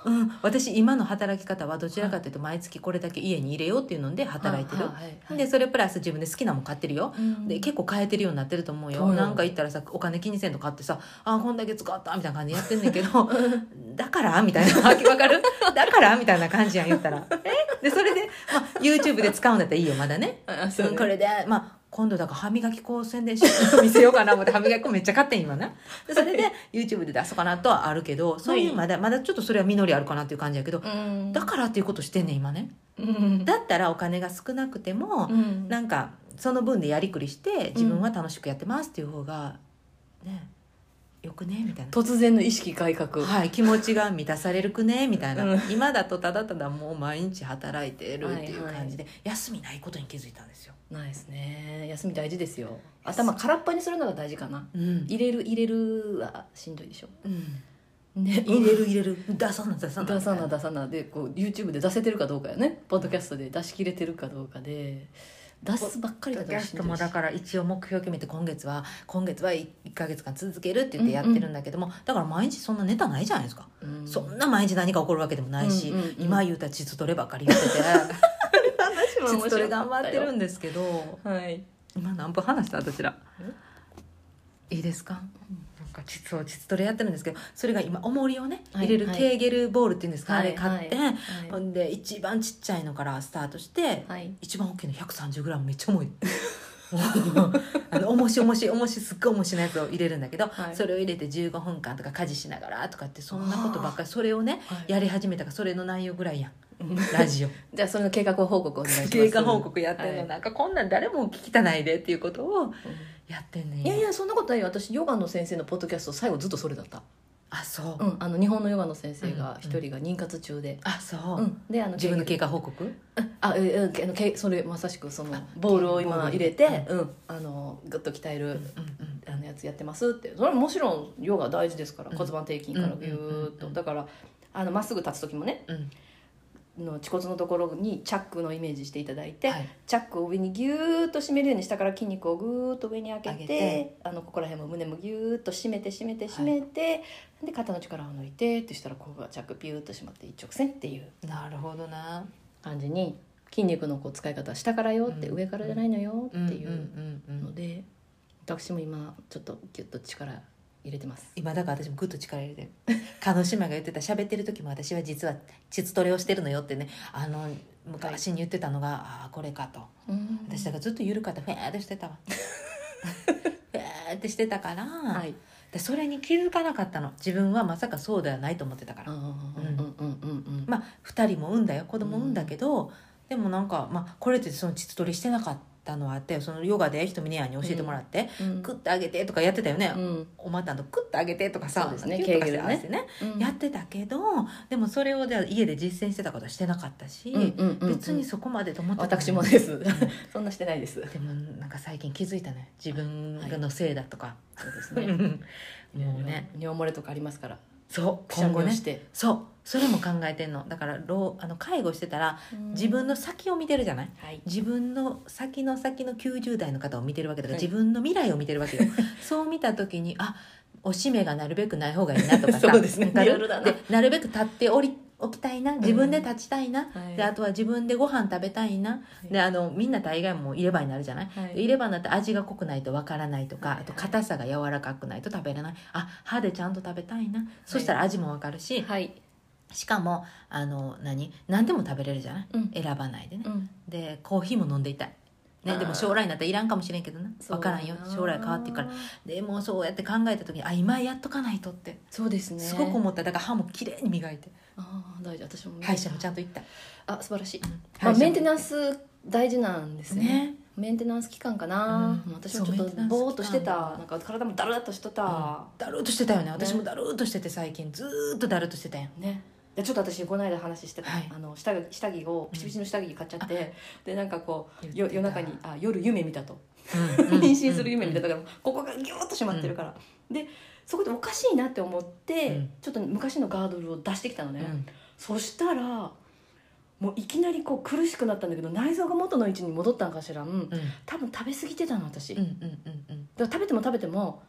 S1: うん、私今の働き方はどちらかというと毎月これだけ家に入れようっていうので働いてる
S2: は、いはい
S1: でそれプラス自分で好きなもん買ってるよ、
S2: うん
S1: で結構変えてるようになってると思うよ、
S2: うん
S1: なんか言ったらさお金気にせんと買ってさ「あこんだけ使った」みたいな感じでやってんねんけど「だから?」みたいなわ けわかる だからみたいな感じやん言ったらえでそれで、まあ、YouTube で使うんだったらいいよまだね
S2: あそうね
S1: うんこれで、まあ、今度だから歯磨き粉を宣伝し見せようかな 思って歯磨き粉めっちゃ買ってん今なでそれで YouTube で出そうかなとはあるけどそういうまだまだちょっとそれは実りあるかなっていう感じやけど、
S2: うん
S1: だからっていうことしてんねん今ね
S2: うん
S1: だったらお金が少なくても、
S2: うん
S1: なんかその分でやりくりして自分は楽しくやってますっていう方がねよくねみたいな。
S2: 突然の意識改革
S1: はい、気持ちが満たされるくねみたいな、
S2: うん
S1: 今だとただただもう毎日働いてるっていう感じで、休みないことに気づいたんですよ、
S2: ないですね休み大事ですよ頭空っぽにするのが大事かな
S1: うん
S2: 入れる入れるはしんどいでしょ
S1: うん、
S2: ね
S1: 入れる入れる出さな出さな
S2: 出さな出さなでこう YouTube で出せてるかどうかやねポッドキャストで出し切れてるかどうかで脱出ばっかり
S1: ポッド
S2: だか
S1: キ
S2: ら
S1: ャ
S2: し
S1: ス
S2: ん
S1: ト
S2: ど
S1: も
S2: いし
S1: だから一応目標決めて今月は今月は1か月間続けるって言ってやってるんだけども、だから毎日そんなネタないじゃないですか、
S2: うん
S1: そ んな毎日何か起こるわけでもないし、
S2: うんうんうん
S1: 今言うたら実トレばっかり言ってて
S2: 話 も面白かったよ
S1: 実トレ頑張ってるんですけど
S2: はい
S1: 今何分話した私ら
S2: え
S1: いいですか、なんか実を実トレやってるんですけどそれが今重りをね
S2: はい
S1: 入れる
S2: はい
S1: ケーゲルボールっていうんですか、
S2: はい
S1: あれ買って、
S2: は
S1: ほんで一番ちっちゃいのからスタートして、
S2: はい
S1: 一番大きいの 130g めっちゃ 重いあの重し重し重しすっごい重しのやつを入れるんだけど、
S2: はい
S1: それを入れて15分間とか家事しながらとかってそんなことばっかりそれをね
S2: はい
S1: やり始めたからそれの内容ぐらいやん
S2: うん
S1: ラジオ
S2: じゃあそれの計画報告 お願いします
S1: 経過報告やってんの、
S2: はい
S1: なんかこんなん誰も聞きたないでっていうことを
S2: うん
S1: やってんねん
S2: いやいやそんなことないよ私ヨガの先生のポッドキャスト最後ずっとそれだった、
S1: あそう、
S2: うん、あの日本のヨガの先生
S1: うん
S2: が一人が妊活中で、
S1: あそう、
S2: うんであの
S1: 自分の経過報告
S2: あええあのけそれまさしくそのボールを今入れて、うん、あのグッと鍛える、
S1: うん
S2: あのやつやってますってそれもちろんヨガ大事ですから
S1: うん
S2: 骨盤底筋から
S1: うん
S2: ビューっ
S1: うんうんう
S2: と
S1: ん
S2: だからあのまっすぐ立つ時もね
S1: うん
S2: の恥骨のところにチャックのイメージしていただいて、
S1: はい
S2: チャックを上にギューッと締めるように下から筋肉をグーッと上に上げて
S1: 上げて
S2: あのここら辺も胸もギューッと締めて締めて締めて、で肩の力を抜いてってしたらここがチャックピューッと締まって一直線っていう
S1: なるほどな
S2: 感じに筋肉のこう使い方は下からよって、
S1: うん
S2: 上からじゃないのよって
S1: んん
S2: いう
S1: うんうん
S2: ので、私も今ちょっとギュッと力入れてます。
S1: 今だから私もグッと力入れてる 叶姉妹が言ってた喋ってる時も私は実は膣トレをしてるのよってねあの昔に言ってたのが、ああこれかと
S2: うん
S1: 私だからずっと緩か ったフェーってしてたわフェーってしてたから、
S2: はい、
S1: でそれに気づかなかったの自分はまさかそうではないと思ってたから、
S2: うんうんうんうんうん
S1: まあ2人も産んだよ子供産んだけど、でもなんか、まあ、これってその膣トレしてなかったのはあってそのヨガでひとみねやに教えてもらって、
S2: うん
S1: グッと上げてとかやってたよね、
S2: うん
S1: おまたのクッと上げてとかさ
S2: そうですね
S1: キュッとか
S2: 軽
S1: して合
S2: 減ね
S1: わせてね
S2: うん
S1: やってたけどでもそれをじゃあ家で実践してたことはしてなかったし、
S2: うんうんうんうん
S1: 別にそこまでと思ってたの
S2: 私もです そんなしてないです
S1: でもなんか最近気づいたね自分のせいだとか、
S2: そうです
S1: もうね
S2: 尿漏れとかありますから
S1: そう
S2: くし
S1: 今
S2: ゃみ
S1: 後
S2: を
S1: ね
S2: して、
S1: そうそれも考えてんのだから老あの介護してたら自分の先を見てるじゃない
S2: はい
S1: 自分の先の先の90代の方を見てるわけだから、
S2: はい
S1: 自分の未来を見てるわけ よそう見た時にあおしめがなるべくない方がいいなとかさ
S2: そうですね
S1: な
S2: リアル
S1: る
S2: だな
S1: でなるべく立っておりおきたいな自分で立ちたいな、
S2: はい
S1: であとは自分でご飯食べたいな、
S2: い
S1: であのみんな大概もう入れ歯になるじゃない、
S2: はい
S1: で入れ歯になって味が濃くないとわからないとか、
S2: はい
S1: あと硬さが柔らかくないと食べれないあ歯でちゃんと食べたいな、そしたら味もわかるし、
S2: はい、
S1: しかもあの何何でも食べれるじゃない、
S2: うん
S1: 選ばないでね、
S2: うん、
S1: でコーヒーも飲んでいたい、
S2: あ
S1: ね、
S2: ー
S1: でも将来になったらいらんかもしれんけどな
S2: そう
S1: 分からんよ
S2: だな
S1: 将来変わっていくからでもそうやって考えた時にあ今やっとかないとって
S2: そうですね
S1: すごく思っただから歯も綺麗に磨いて
S2: ああ大事私も
S1: 歯医者もちゃん
S2: と
S1: と行った、
S2: あ素晴らしい、
S1: 歯
S2: まあ、
S1: 医者も
S2: メンテナンス大事なんですね
S1: ね
S2: メンテナンス期間かな、
S1: うん
S2: 私もちょっ
S1: そう
S2: と
S1: メンテナンス期間
S2: ぼーっとしてたなんか体もだるっとしとった、
S1: だるっとしてたよね私もだるっとしてて最近ずーっとだるっとしてたやん
S2: ねでちょっと私この間話してた、
S1: はい
S2: あの下着下着をピチピチの下着買っちゃって、でなんかこう
S1: 言
S2: よ
S1: ってた
S2: 夜中にあ夜夢見たと
S1: うん
S2: 妊娠する夢見た
S1: うん
S2: だからここがギューッと閉まってるから、でそこでおかしいなって思って、
S1: うん
S2: ちょっと昔のガードルを出してきたのね、
S1: うん
S2: そしたらもういきなりこう苦しくなったんだけど内臓が元の位置に戻ったんかしら、うん
S1: うん
S2: 多分食べ過ぎてたの私、
S1: うんう
S2: だか
S1: んうんうん
S2: ら食べても食べても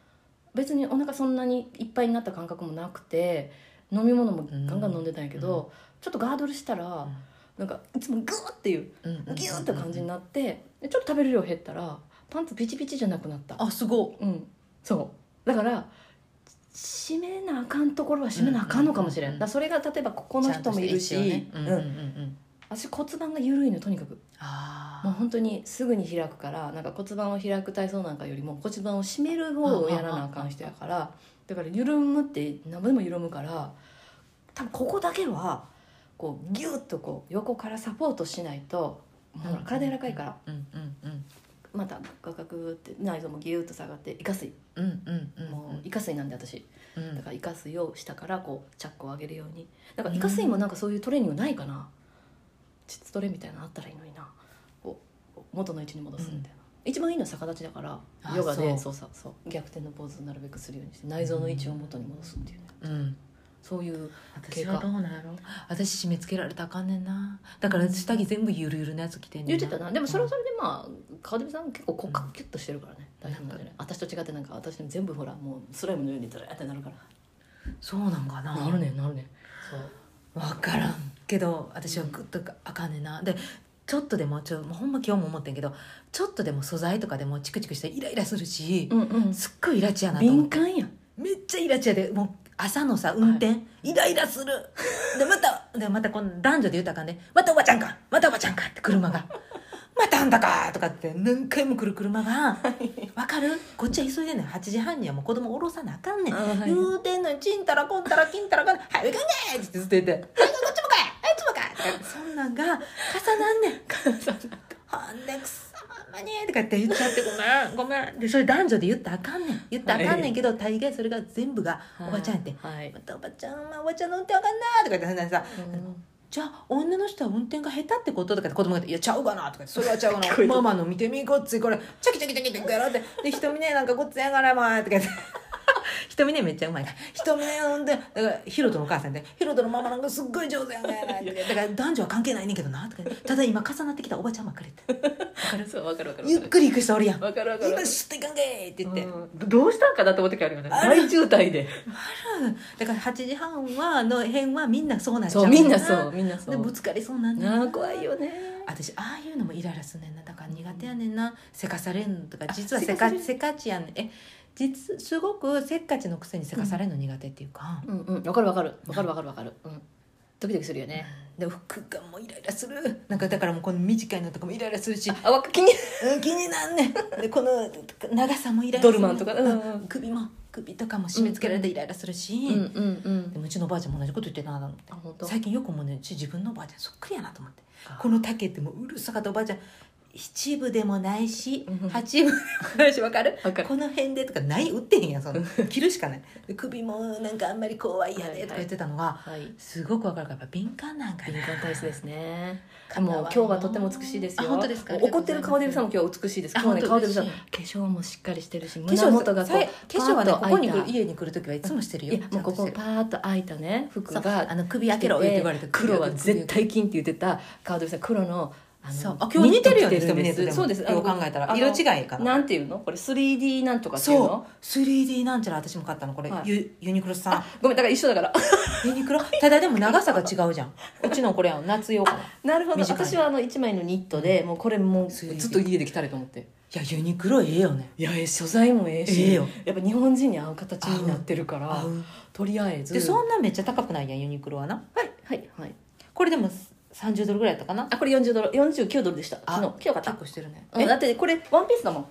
S2: 別にお腹そんなにいっぱいになった感覚もなくて飲み物もガンガン飲んでたんやけど、
S1: う
S2: ちょっとガードルしたら、なんかいつもグーっていう
S1: うんうん
S2: ギューって感じになってでちょっと食べる量減ったらパンツピチピチじゃなくなった
S1: あすご
S2: うんそうだから締めなあかんところは締めなあかんのかもしれん,、
S1: うんうんうん
S2: だからそれが例えばここ
S1: い
S2: の人もいるし
S1: ちゃんとて一応ねうんうんう
S2: うん
S1: ん
S2: 私骨盤が緩いのよとにかく
S1: あ
S2: もう
S1: あ
S2: 本当にすぐに開くからなんか骨盤を開く体操なんかよりも骨盤を締める方をやらなあかん人やからだから緩むって何でも緩むから多分ここだけはこうギュッとこう横からサポートしないとほら体柔らかいから
S1: うんうんうん
S2: またガクガクって内臓もギュッと下がってイカ水
S1: うんうんうん
S2: もうイカ水なんで私
S1: う
S2: だ
S1: ん
S2: からイカ水を下からこうチャックを上げるようにだからイカ水もなんかそういうトレーニングないかな膣トレみたいなのあったらいいのになこう元の位置に戻すみたいな、一番いいのは逆立ちだから
S1: あ
S2: ヨガで
S1: そ
S2: そうさそう逆転のポーズをなるべくするようにして内臓の位置を元に戻すっていうね、
S1: うん
S2: そういう
S1: 私はどうなんやろ私締め付けられたらあかんねんなだから下着全部ゆるゆるのやつ着てんね
S2: 言
S1: ん
S2: ってたなでもそれはそれでまあ川上さん結構骨
S1: う
S2: 格キュッとしてるからね大丈夫なんじゃない私と違ってなんか私も全部ほらもうスライムのようにドラーってなるから
S1: そうなんかな
S2: なるねなるねそう
S1: 分からんけど私はグッとあかんねんなでちょっとでもちょもうほんま今日も思ってんけどちょっとでも素材とかでもチクチクしてイライラするし、
S2: うんうん
S1: すっごいイラチやなと思っ
S2: 敏
S1: て
S2: 感やん
S1: めっちゃイラチやでもう朝のさ運転、イライラするでまたでまたこの男女で言うたらあかんねまたおばちゃんかまたおばちゃんかって車が またあんたかとかって何回も来る車がわかるこっちは急いでんねん8時半にはもう子供降ろさなあかんねん、
S2: あはい
S1: 言うてんのにちんたらこんたら金たらかん早く行かんねえってずっと言って「はいこっちもかいあいつもかい」とかそんなんが重なんねんほんでくそほんまにとかって言っちゃってごめ んごめんでそれ男女で言ったらあかんねん言ったらあかんねんけど、大概それが全部がおばちゃんやって「
S2: はい
S1: またおばちゃんはおばちゃんの運転わかんな」とか言ってそんなんさじゃあ女の人は運転が下手ってこととかって子供が言って「いやちゃうかな」とか 言って「それはちゃうか
S2: 聞こえ
S1: なマ
S2: た
S1: マの見てみこっちこれチャキチャキチャキチャキやろ」って「で瞳ねなんかこっちやがらま」とか言って。 瞳ねめっちゃうまいから瞳ね運転だからヒロトのお母さんで「ヒロトのママなんかすっごい上手やね」とかだから男女は関係ないねんけどな」とか言ってただ今重なってきたおばちゃんばっかりって
S2: わかるそうわかるわかる
S1: ゆっくり行く人おるやん
S2: わかるわかる
S1: 今知っていかんけいって言って、
S2: うんどうしたんかなと思ってきあるよね
S1: ある
S2: 大渋滞で
S1: だから8時半はの辺はみんなそうなっちゃう
S2: そうみんなそうみんなそ
S1: でぶ
S2: う
S1: つかりそうなんだ
S2: なあ怖いよね
S1: 私ああいうのもイライラすんねんなだから苦手やねんなせかされんのとか
S2: あ
S1: 実は
S2: せ
S1: せ
S2: かさ
S1: か
S2: れる
S1: せかちやねんえ実すごくせっかちのくせにせかされんの苦手っていうか、
S2: うんうんわかるわかるわかるわかるわかるうんドキドキするよね
S1: で服がもうイライラするなんかだからもうこの短いのとかもイライラするし、
S2: あわか気に
S1: うん、気になんねんでこの長さもイライラする
S2: ドルマンとかう
S1: うんん首も首とかも締め付けられてイライラするし、
S2: うんうんうん
S1: でもうちのおばあちゃんも同じこと言ってたなと思って
S2: あ本当
S1: 最近よくもうねうち自分のおばあちゃんそっくりやなと思って
S2: あ
S1: この竹ってもううるさかったおばあちゃん七部でもないし
S2: うん
S1: 八部でもないしわかる
S2: わかる
S1: この辺でとかない売ってへんやんその着るしかないで首もなんかあんまり怖いやでとか言ってたのが
S2: はい
S1: すごくわかるからやっぱ敏感なんか
S2: 敏
S1: な
S2: 感体質ですね。
S1: かな
S2: もう今日はとても美しいですよ。
S1: あ本当ですか
S2: 怒ってる顔デブさんも今日は美しいです。
S1: あ
S2: 今日はね顔
S1: 本
S2: デ
S1: 当
S2: ブ
S1: 嬉
S2: さ
S1: し
S2: ん
S1: い
S2: 化粧もしっかりしてるし、
S1: 化
S2: 胸
S1: 粧
S2: 元がこう
S1: さ化粧はね
S2: パ
S1: こ
S2: ーッと
S1: こに来る
S2: 開いた
S1: 家に来る時はいつもしてるよ
S2: いやもうここ
S1: ち
S2: パ
S1: ゃんと
S2: ーッと開いたね服
S1: してるそう
S2: が
S1: あの首開けろって言われて
S2: 黒は絶対金って言ってた川デブさん黒のあの
S1: そうあ今日似てるよね
S2: ニット着んです
S1: ストミネートでも
S2: そうです。
S1: よう考えたら
S2: あの
S1: 色違いかな
S2: なんていうのこれ 3D なんとかっていう
S1: そう
S2: の。
S1: 3D なんちゃら私も買ったのこれ、
S2: はい
S1: ユユニクロさ
S2: あごめんだから一緒だから。
S1: んユニクロただでも長さが違うじゃんうちのこれやん夏用かない
S2: なるほど。
S1: 短い
S2: 私はあの一枚のニットでもうこれもう
S1: 3D
S2: ずっと家で着たれと思って。
S1: やユニクロええよね
S2: いやええ素材もええし、
S1: ええよ
S2: やっぱ日本人に合う形になってるから
S1: 合う
S2: とりあえず
S1: でそんなめっちゃ高くないやんユニクロはな
S2: はいはいはい
S1: これでも30ドルぐらいやったかな
S2: あこれ40ドル49ドルでした昨
S1: あ
S2: 日今日買った
S1: 結構してるね
S2: うんだってこれワンピースだもん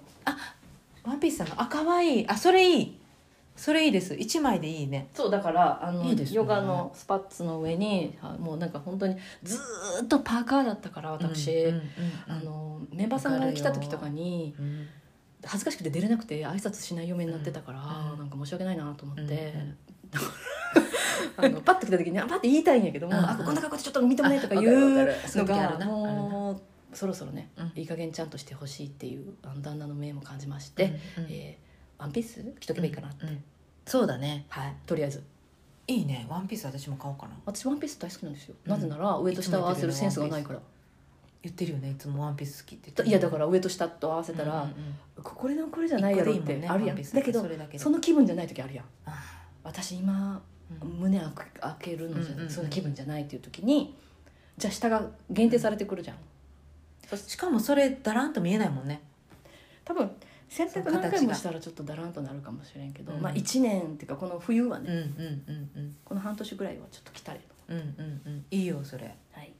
S1: ワンピースさんのあ可愛いあそれいいそれいいです1枚でいいね
S2: そうだからあの
S1: いいですね
S2: ヨガのスパッツの上にあもうなんか本当にずーっとパーカーだったから私、
S1: うんうん
S2: あのメンバーさんが来た時とかに
S1: うんうん
S2: 恥ずかしくて出れなくて挨拶しない嫁になってたから、
S1: うんうん
S2: なんか申し訳ないなと思って、
S1: うんうん
S2: あのパッと来た時にあパッて言いたいんやけども「
S1: うんうん
S2: あこんな格好でちょっと認めない」とか言
S1: あわか
S2: う
S1: るわかるそうい
S2: の
S1: う時あ
S2: が
S1: るな
S2: もうそろそろね、
S1: うん
S2: いい加減ちゃんとしてほしいっていうあの旦那の命も感じまして、
S1: うんうん
S2: えーワンピース着とけばいいかな、
S1: うんそうだね
S2: はいとりあえず
S1: いいねワンピース私も買おうかな
S2: 私ワンピース大好きなんですよ、
S1: うん
S2: なぜなら上と下を合わせるセンスがないから
S1: 言ってるよねいつもワンピース好きって言って
S2: だ
S1: る
S2: いやだから上と下と合わせたら、
S1: うんうんうん
S2: ここれのこれじゃないやろっ
S1: 一個でいいも
S2: て
S1: んね
S2: あるや
S1: ワ
S2: ん、
S1: ンピース
S2: だけど
S1: それだけで
S2: その気分じゃない時あるやん
S1: あ
S2: 私今
S1: うん
S2: 胸開く開けるのじゃ、
S1: うんうんうん
S2: そんな気分じゃないっていう時にじゃあ下が限定されてくるじゃん、そし
S1: しかもそれだらんと見えないもんね
S2: 多分洗
S1: そう
S2: 濯何回
S1: 形
S2: も
S1: が
S2: したらちょっとだらんとなるかもしれんけど、
S1: うん
S2: まあ1年っていうかこの冬は
S1: うん
S2: ね、
S1: うんうんうん
S2: この半年ぐらいはちょっと着たれと、
S1: うんうんうんいいよそれや
S2: はい、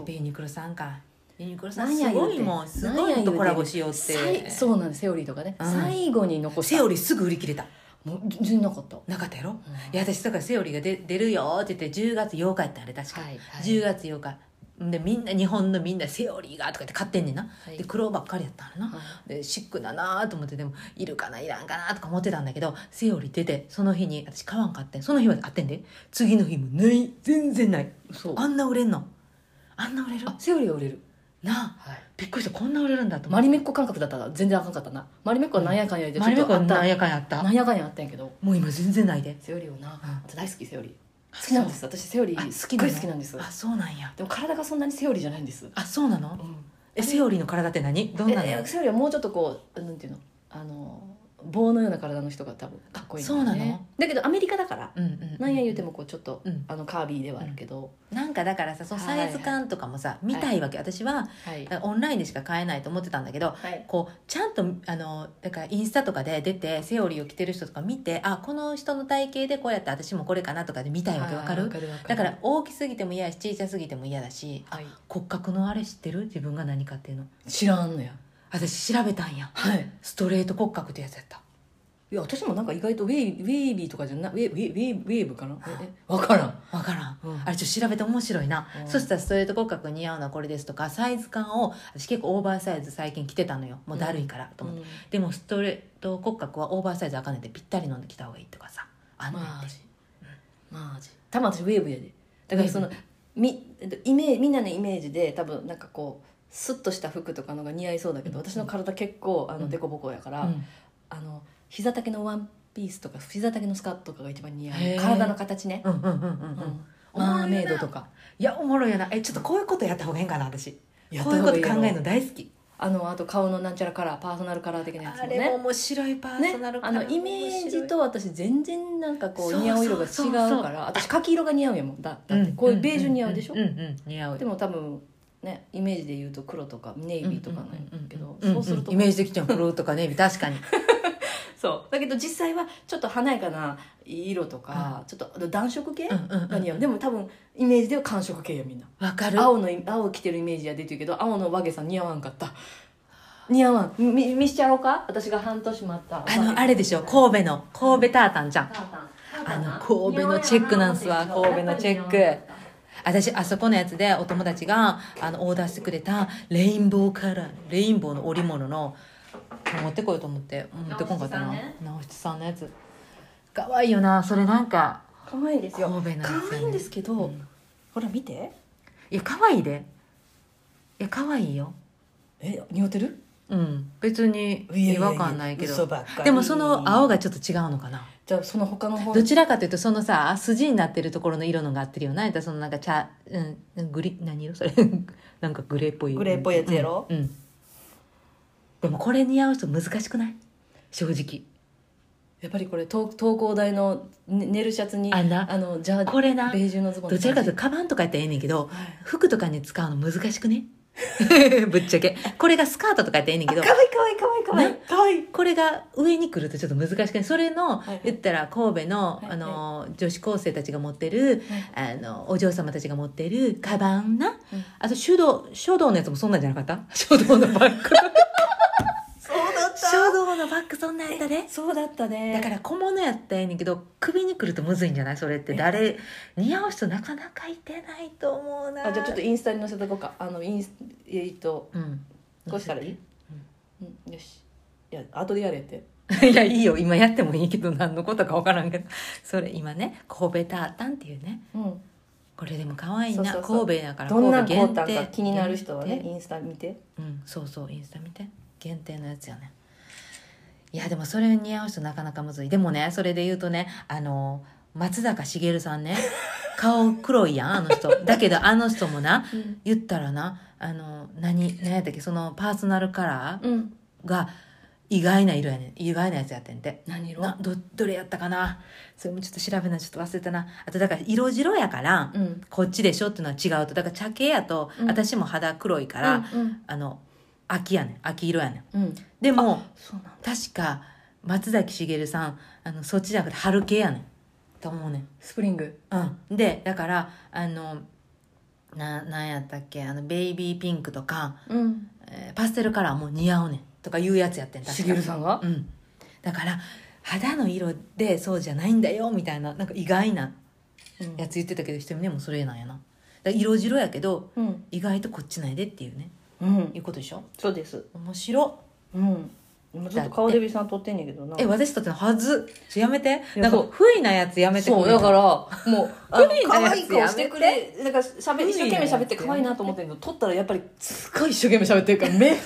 S1: っぱユニクロさんかユニクロさ
S2: なん
S1: ん
S2: や
S1: す
S2: 言う
S1: ご
S2: て
S1: いもんす
S2: なん
S1: ご
S2: や
S1: い
S2: 言うて
S1: とコラボしようって
S2: さいそうなんですセオリーとかね、
S1: うん
S2: 最後に残した
S1: セオリーすぐ売り切れた
S2: もう全然なかった、
S1: なかったやろ、
S2: うん
S1: いや私だからセオリーが出出るよって言って10月8日やったあれ確か、
S2: はいはい
S1: 10月8日でみんな日本のみんなセオリーがとか言って買ってんねんな、
S2: はい
S1: で黒ばっかりやったんやな、
S2: は
S1: でシックだなと思ってでもいるかないらんかなとか思ってたんだけどセオリー出てその日に私買わんかってんその日はあってんで次の日もない全然ない
S2: そう
S1: あんな売れんのあんな売れる
S2: あセオリーが売れる
S1: なあ
S2: はい、
S1: びっくりしたこんな売れるんだと思
S2: マ
S1: って
S2: リメッコ感覚だったら全然あかんかったなマリメッコはなんやかんや言うて
S1: マリメ
S2: ちょっ
S1: コ
S2: とあ
S1: は
S2: っ
S1: な
S2: た
S1: んやかんやった
S2: なんやかんやあったんやけど
S1: もう今全然ないで
S2: セオリーをな、
S1: うん
S2: 私大好きセオリー好きなんです私セオリ
S1: あ
S2: ー
S1: 好
S2: す
S1: き
S2: っ
S1: な
S2: ご
S1: の
S2: い好きなんです
S1: あそうなんや
S2: でも体がそんなにセオリーじゃないんです、
S1: あそうなのえセオリーの体って何どん
S2: え
S1: なの
S2: えセオリーはもうちょっとこうなんていうのあの棒のような体の人が多分かっこいいんだよね
S1: あそうなの
S2: だけどアメリカだから
S1: うんうん
S2: なんや言うて
S1: も
S2: もこうちょっと、
S1: うん
S2: あのカービィではあるけど、
S1: なんかだからさそのサイズ感とかもさ、
S2: いはい
S1: 見たいわけ、私は
S2: はい、
S1: オンラインでしか買えないと思ってたんだけど
S2: はい、
S1: こうちゃんとあのだからインスタとかで出てセオリーを着てる人とか見てあこの人の体型でこうやって私もこれかなとかで見たいわけわか
S2: あー
S1: る
S2: わかるわかる
S1: だから大きすぎても嫌やし小さすぎても嫌だし
S2: はい、
S1: 骨格のあれ知ってる自分が何かっていうの
S2: 知らんのや
S1: 私調べたんや
S2: はい
S1: ストレート骨格ってやつやった
S2: いや私もなんか意外とウェイウェイビーとかじゃなウェイウェイウェイウェーブかなええわからん
S1: わからん、
S2: うん
S1: あれちょっと調べて面白いな、
S2: うん
S1: そしたらストレート骨格似合うのはこれですとかサイズ感を私結構オーバーサイズ最近着てたのよもうだるいからと思って、
S2: うん
S1: でもストレート骨格はオーバーサイズあかんねんてぴったり飲んできた方がいいとかさあんねんて
S2: マジマジ多分私ウェーブやでだからそのみイメージみんなのイメージで多分なんかこうスッとした服とかのが似合いそうだけど、私の体結構あ
S1: う
S2: の
S1: ん
S2: デコボコやか
S1: う
S2: ら、
S1: ん
S2: あの膝丈のワンピースとか膝丈のスカートとかが一番似合
S1: へ
S2: う
S1: ー
S2: 体の形ね、
S1: うんうんうんうん
S2: う
S1: うん
S2: ん
S1: おもろいな
S2: マーメイドとか
S1: いやおもろいやなえちょっとこういうことやった方がいいんかな私
S2: やっ
S1: こ
S2: た
S1: ういうこ
S2: 方が
S1: と
S2: いいやろ
S1: 考えるの大好き
S2: あのあと顔のなんちゃらカラーパーソナルカラー的なやつも
S1: あ
S2: ね
S1: れも面白いパー
S2: ね
S1: ソナル、カ
S2: あ
S1: ラ
S2: の
S1: ー
S2: イメージと私全然なんかこう
S1: そう
S2: 似合う色が違うから
S1: そうそうそう
S2: 私柿色が似合うやもんだだってこういうベージュ似合うでしょ、
S1: うんうんうんうん似合う
S2: でも多分ねイメージで言うと黒とかネイビーとかなんやけど、
S1: んんん
S2: そうすると、
S1: イメージできちゃう黒とかネイビー確かに
S2: そうだけど実際はちょっと華やかな色とか、ちょっと暖色系、
S1: うんうんうん
S2: が似合うでも多分イメージでは寒色系やみんな
S1: わかる
S2: 青の青着てるイメージや出てるけど青の和毛さん似合わんかった似合わんみ見しちゃろうか私が半年待った
S1: あのあれでしょ神戸の神戸タータンちゃん
S2: タータン
S1: あの神戸のチェックなんすわ神戸のチェック私あそこのやつでお友達があのオーダーしてくれたレインボーカラーレインボーの織物の持ってこようと思って持ってこんかったな
S2: 直七さんね
S1: 直七さんのやつかわいいよなそれなんか
S2: 可愛いんですよ
S1: 神戸のやつやね
S2: 可愛いんですけど、
S1: うん
S2: ほら見て
S1: いや可愛いでいや可愛いよ
S2: え似合ってる
S1: うん別に違和感ないけど
S2: 嘘ばっかり
S1: でもその青がちょっと違うのかな
S2: じゃあその他の方
S1: どちらかというとそのさ筋になってるところの色のが合ってるよな言ったらそのなんか茶、うん、グリ何色それ なんかグレーっぽい
S2: グレーっぽいやつやろ
S1: うん、うんでもこれ似合う人難しくない正直
S2: やっぱりこれ東東工大のね寝るシャツに
S1: あな
S2: のジャージ
S1: これな
S2: ベージュのズボン
S1: どちらかという
S2: と
S1: とカバンとかやったらええねんけど、
S2: はい
S1: 服とかに使うの難しく ねぶっちゃけこれがスカートとかやったらええねんけど
S2: 可愛い可愛い可愛い可愛い可愛い
S1: これが上に来るとちょっと難しくないそれの
S2: はいはい
S1: 言ったら神戸の
S2: はいはい
S1: あの女子高生たちが持ってるあのお嬢様たちが持ってるカバンなあと書道書道のやつもそんなんじゃなかった 書道のバ ッグ
S2: そうだっ
S1: 書道のバッグそんなんやったで
S2: そうだったね
S1: だからら小物やったらええねんけど首に来るとむずいんじゃないそれって誰似合う人なかなかいてないと思うな
S2: あじゃあちょっとインスタに載せとこうかあのインスえーっと
S1: うん
S2: こうしたらいい、うん、よしいや後でやれって
S1: いやいいよ今やってもいいけど何のことか分からんけどそれ今ね神戸タータンっていうね
S2: うん
S1: これでも可愛いな
S2: そうそうそう
S1: 神戸だから
S2: どんな
S1: 神戸
S2: んこ
S1: 限
S2: うたん
S1: 定
S2: か気になる人はね
S1: 限定
S2: インスタ見て
S1: うんそうそうインスタ見て限定のやつよねいやでもそれ似合う人なかなかむずいでもねそれで言うとねあの松坂茂さんね顔黒いやんあの人だけどあの人もな
S2: うん
S1: 言ったらなあの何何やったっけそのパーソナルカラ
S2: うん
S1: ーが意外な色やねん意外なやつやってんて
S2: 何色
S1: などどれやったかなそれもちょっと調べなちょっと忘れたなあとだから色白やから、
S2: うん
S1: こっちでしょっていうのは違うとだから茶系やと、
S2: うん
S1: 私も肌黒いから、
S2: うん
S1: あの秋やねん秋色やねん
S2: うんうん
S1: でも
S2: そうなん
S1: 確か松崎しげるさんあのそっちじゃなくて春系やねんと思うねん
S2: スプリング
S1: うんでだからあのななんやったっけあのベイビーピンクとか、
S2: うん
S1: えーパステルカラーも似合うねんとかいうやつやってん確か
S2: しげるさんが
S1: うん、だから肌の色でそうじゃないんだよみたいななんか意外なやつ言ってたけど瞳でもそれなんやなだから色白やけど
S2: うん
S1: 意外とこっちないでっていうね
S2: うん
S1: いうことでしょ
S2: そうです
S1: 面白
S2: うん今ちょっと顔デビさん撮ってんねんけどな
S1: え私たちのはずちょやめて
S2: や
S1: なんか
S2: そう
S1: 不意なやつやめて
S2: そうだかららもうあの
S1: 不利な
S2: 可
S1: や
S2: 愛い
S1: つ
S2: 顔
S1: やめて
S2: してくれなんかしゃべ
S1: 不利
S2: 一
S1: なやつ
S2: 生懸命喋って可愛いなと思ってんの撮ったらやっぱりすごい一生懸命喋ってるから目がす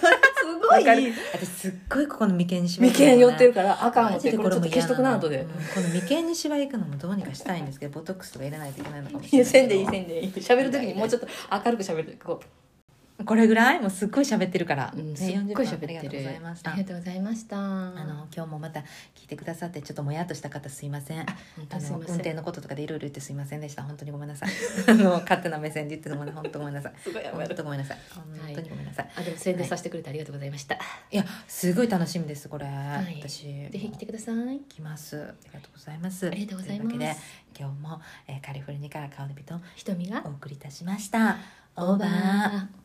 S2: ご
S1: わかる
S2: い
S1: 私すっごいここの眉間にしわ
S2: 眉間寄ってるからあかん思
S1: マ
S2: っ
S1: ジで
S2: てこれちょっと消しとくな後
S1: う
S2: で
S1: んこの眉間にしわ行くのもどうにかしたいんですけどボトックスとか入れないといけないのかもしれ
S2: いや
S1: ないけ
S2: せ
S1: ど
S2: んでいいせんでいい喋る時にもうちょっと明るく喋るこう
S1: これぐらいもうすっごい喋ってるから、
S3: うん
S1: ね
S3: すっごい喋ってる
S1: 40分ありがとうございました
S3: ありがとうございました
S1: あの今日もまた聞いてくださってちょっともやっとした方すいません
S3: 本当
S1: あ
S3: すい
S1: の
S3: ま
S1: 運
S3: せん
S1: 転のこととかでいろいろ言ってすいませんでした本当にごめんなさい あの勝手な目線で言ってごめん本当ごめんなさい
S2: すごいや
S1: 本
S2: める
S1: 当ごめんなさい本
S3: い
S1: 当にごめんなさい、
S3: あでも宣伝させてくれてありがとうございました、
S1: い、やすごい楽しみですこれ、
S3: い
S1: 私
S3: ぜひ来てください
S1: きますありがとうございます
S3: ありがとうござい
S1: というわ
S3: ま
S1: けです今日も、えーカリフォルニアからカオルビと
S3: 瞳が
S1: お送りいたしましたオーバー
S3: ー